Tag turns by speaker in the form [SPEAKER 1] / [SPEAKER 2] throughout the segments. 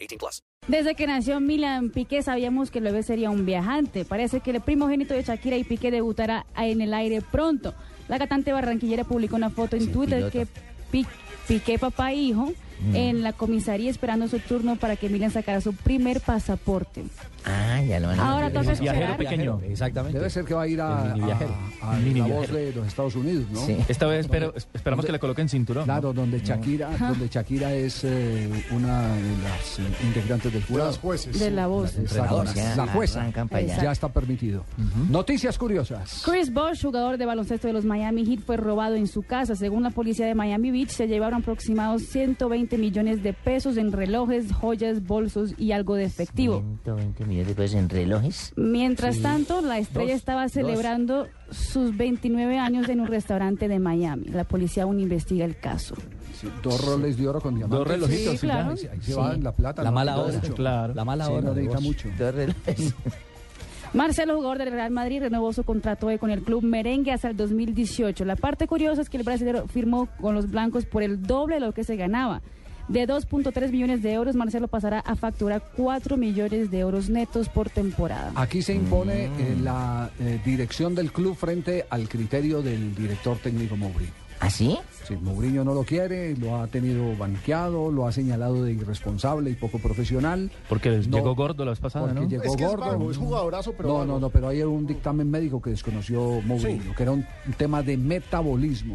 [SPEAKER 1] 18 plus.
[SPEAKER 2] Desde que nació Milan Piqué sabíamos que el bebé sería un viajante. Parece que el primogénito de Shakira y Piqué debutará en el aire pronto. La cantante barranquillera publicó una foto en Twitter que Pi- Piqué papá e hijo en la comisaría esperando su turno para que Milan sacara su primer pasaporte.
[SPEAKER 3] Ah, ya lo van a
[SPEAKER 2] Ahora
[SPEAKER 3] ver.
[SPEAKER 2] toca esperar.
[SPEAKER 4] Viajero pequeño. Exactamente.
[SPEAKER 5] Debe ser que va a ir a,
[SPEAKER 4] El mini viajero.
[SPEAKER 5] a- a
[SPEAKER 4] El mini
[SPEAKER 5] la
[SPEAKER 4] viajero.
[SPEAKER 5] voz de los Estados Unidos, ¿no?
[SPEAKER 3] Sí.
[SPEAKER 4] Esta vez espero- esperamos que le coloquen cinturón. ¿no?
[SPEAKER 5] Claro, donde Shakira, donde Shakira es eh, una de las eh, integrantes del jurado.
[SPEAKER 2] de la voz.
[SPEAKER 5] Exacto,
[SPEAKER 3] Ya
[SPEAKER 5] la jueza.
[SPEAKER 3] arrancan para allá.
[SPEAKER 5] Ya está permitido. Noticias curiosas.
[SPEAKER 2] Chris Bosh, jugador de baloncesto de los Miami Heat, fue robado en su casa. Según la policía de Miami Beach, se llevaron aproximados 120 millones de pesos en relojes, joyas, bolsos y algo de efectivo.
[SPEAKER 3] 120 millones de pesos en relojes.
[SPEAKER 2] Mientras tanto, la estrella
[SPEAKER 4] Dos,
[SPEAKER 2] estaba
[SPEAKER 4] dos.
[SPEAKER 2] celebrando sus 29 años en un restaurante de Miami. La policía aún investiga el caso.
[SPEAKER 5] Sí, dos roles de oro con diamantes.
[SPEAKER 4] Dos relojitos,
[SPEAKER 2] Sí, claro.
[SPEAKER 4] ya.
[SPEAKER 5] Ahí se- ahí se va la plata.
[SPEAKER 6] La
[SPEAKER 5] no
[SPEAKER 6] mala
[SPEAKER 5] necesita
[SPEAKER 6] hora.
[SPEAKER 5] mucho.
[SPEAKER 4] Claro.
[SPEAKER 6] La mala
[SPEAKER 5] Sí,
[SPEAKER 6] hora.
[SPEAKER 5] no
[SPEAKER 6] de
[SPEAKER 5] necesita
[SPEAKER 6] vos.
[SPEAKER 5] mucho.
[SPEAKER 3] Dos relojes.
[SPEAKER 2] Marcelo, jugador del Real Madrid, renovó su contrato hoy con el club merengue hasta el 2018. La parte curiosa es que el brasileño firmó con los blancos por el doble de lo que se ganaba. De 2.3 millones de euros, Marcelo pasará a facturar 4 millones de euros netos por temporada.
[SPEAKER 5] Aquí se impone eh,
[SPEAKER 4] Mm.
[SPEAKER 5] la eh, dirección del club frente al criterio del director técnico Mourinho.
[SPEAKER 3] ¿Ah, sí?
[SPEAKER 5] Sí, Mourinho no lo quiere, lo ha tenido banqueado, lo ha señalado de irresponsable y poco profesional.
[SPEAKER 4] Porque les
[SPEAKER 5] No,
[SPEAKER 4] llegó gordo la vez pasada,
[SPEAKER 5] porque
[SPEAKER 4] ¿no?
[SPEAKER 5] llegó gordo.
[SPEAKER 7] jugadorazo,
[SPEAKER 5] no, no, no, pero hay un dictamen médico que desconoció Mourinho, que era un un tema de metabolismo.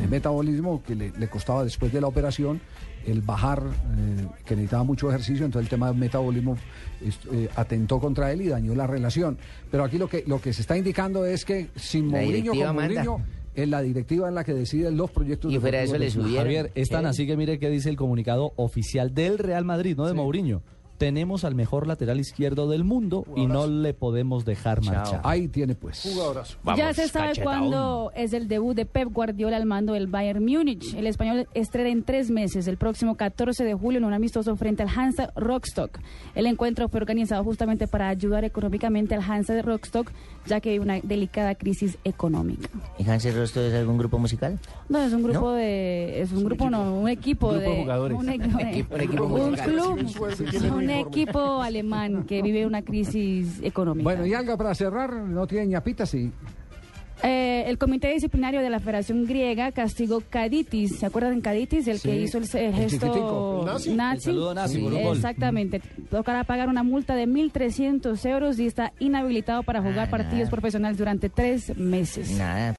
[SPEAKER 5] De metabolismo que le, le costaba después de la operación el bajar, eh, que necesitaba mucho ejercicio, entonces el tema de metabolismo es- eh, atentó contra él y dañó la relación. Pero aquí lo que, lo que se está indicando es que sin
[SPEAKER 3] La
[SPEAKER 5] Mourinho,
[SPEAKER 3] directiva
[SPEAKER 5] con
[SPEAKER 3] manda.
[SPEAKER 5] Mourinho, es la directiva en la que decide los proyectos
[SPEAKER 3] Y fuera de eso
[SPEAKER 5] deportivos
[SPEAKER 3] le
[SPEAKER 5] del club.
[SPEAKER 3] subieron.
[SPEAKER 6] Javier, es tan
[SPEAKER 3] Sí.
[SPEAKER 6] así que mire qué dice el comunicado oficial del Real Madrid, no de Mourinho. Tenemos al mejor lateral izquierdo del mundo y no le podemos dejar marchar.
[SPEAKER 5] Ahí tiene pues.
[SPEAKER 2] ya se sabe cuándo es el debut de Pep Guardiola al mando del Bayern Múnich. El español estrena en tres meses, el próximo 14 de julio, en un amistoso frente al Hansa Rockstock. El encuentro fue organizado justamente para ayudar económicamente al Hansa de Rockstock, ya que hay una delicada crisis económica.
[SPEAKER 3] ¿Y Hansel Rostro es algún grupo musical?
[SPEAKER 2] No, es un grupo
[SPEAKER 3] ¿No?
[SPEAKER 2] de... Es un grupo, no, un equipo,
[SPEAKER 4] grupo
[SPEAKER 2] de...
[SPEAKER 4] de jugadores.
[SPEAKER 2] Un, equipo,
[SPEAKER 3] equipo- un equipo
[SPEAKER 2] un
[SPEAKER 3] musical.
[SPEAKER 2] club, un equipo alemán que vive una crisis económica.
[SPEAKER 5] Bueno, y algo para cerrar, no tiene ñapita, sí.
[SPEAKER 2] Eh, el Comité Disciplinario de la Federación Griega castigó Caditis. ¿Se acuerdan Caditis? El que
[SPEAKER 5] Sí,
[SPEAKER 2] hizo el, el
[SPEAKER 5] el
[SPEAKER 2] gesto
[SPEAKER 5] chiquitico.
[SPEAKER 2] nazi.
[SPEAKER 6] El saludo nazi por un gol.
[SPEAKER 2] Exactamente. Tocará pagar una multa de 1.300 euros y está inhabilitado para jugar
[SPEAKER 3] Ah,
[SPEAKER 2] partidos
[SPEAKER 3] nada.
[SPEAKER 2] profesionales durante tres meses.
[SPEAKER 3] Nada,